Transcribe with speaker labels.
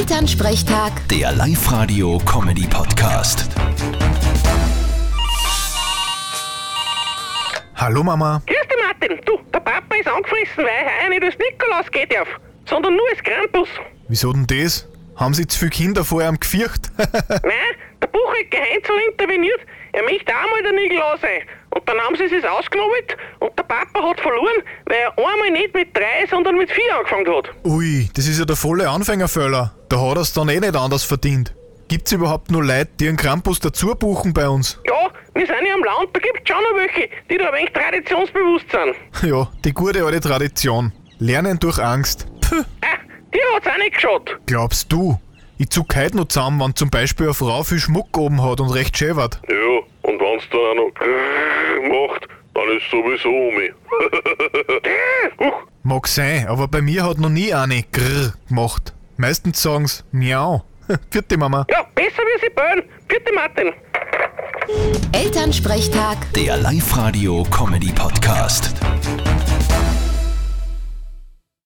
Speaker 1: Elternsprechtag,
Speaker 2: Der Live-Radio-Comedy-Podcast.
Speaker 3: Hallo Mama.
Speaker 4: Grüß dich, Martin. Du, der Papa ist angefressen, weil er heuer nicht als Nikolaus geht darf, sondern nur als Krampus.
Speaker 3: Wieso denn das? Haben Sie zu viele Kinder vor einem gefürcht?
Speaker 4: Nein, der Buchecke Heinzel interveniert. Er möchte auch mal der Nikolaus sein. Und dann haben sie es ausgenobelt und der Papa hat verloren, weil er einmal nicht mit drei, sondern mit vier angefangen hat.
Speaker 3: Ui, das ist ja der volle Anfängerfehler. Da hat er's dann eh nicht anders verdient. Gibt's überhaupt nur Leute, die einen Krampus dazu buchen bei uns?
Speaker 4: Ja, wir sind ja am Land, da gibt's schon noch welche, die da ein wenig traditionsbewusst sind.
Speaker 3: Ja, die gute alte Tradition. Lernen durch Angst. Puh,
Speaker 4: Ah, dir hat's auch nicht geschaut.
Speaker 3: glaubst du? Ich zuck heute noch zusammen, wenn zum Beispiel eine Frau viel Schmuck oben hat und recht schäbert.
Speaker 5: Ja, und wenn's dann auch noch macht, dann ist sowieso um mich. Huch,
Speaker 3: Mag sein, aber bei mir hat noch nie eine grrr gemacht. Meistens sagen's miau. Vierte Mama.
Speaker 4: Ja, besser wie sie bellen. Bitte, Martin.
Speaker 1: Elternsprechtag.
Speaker 2: Der Live-Radio-Comedy-Podcast.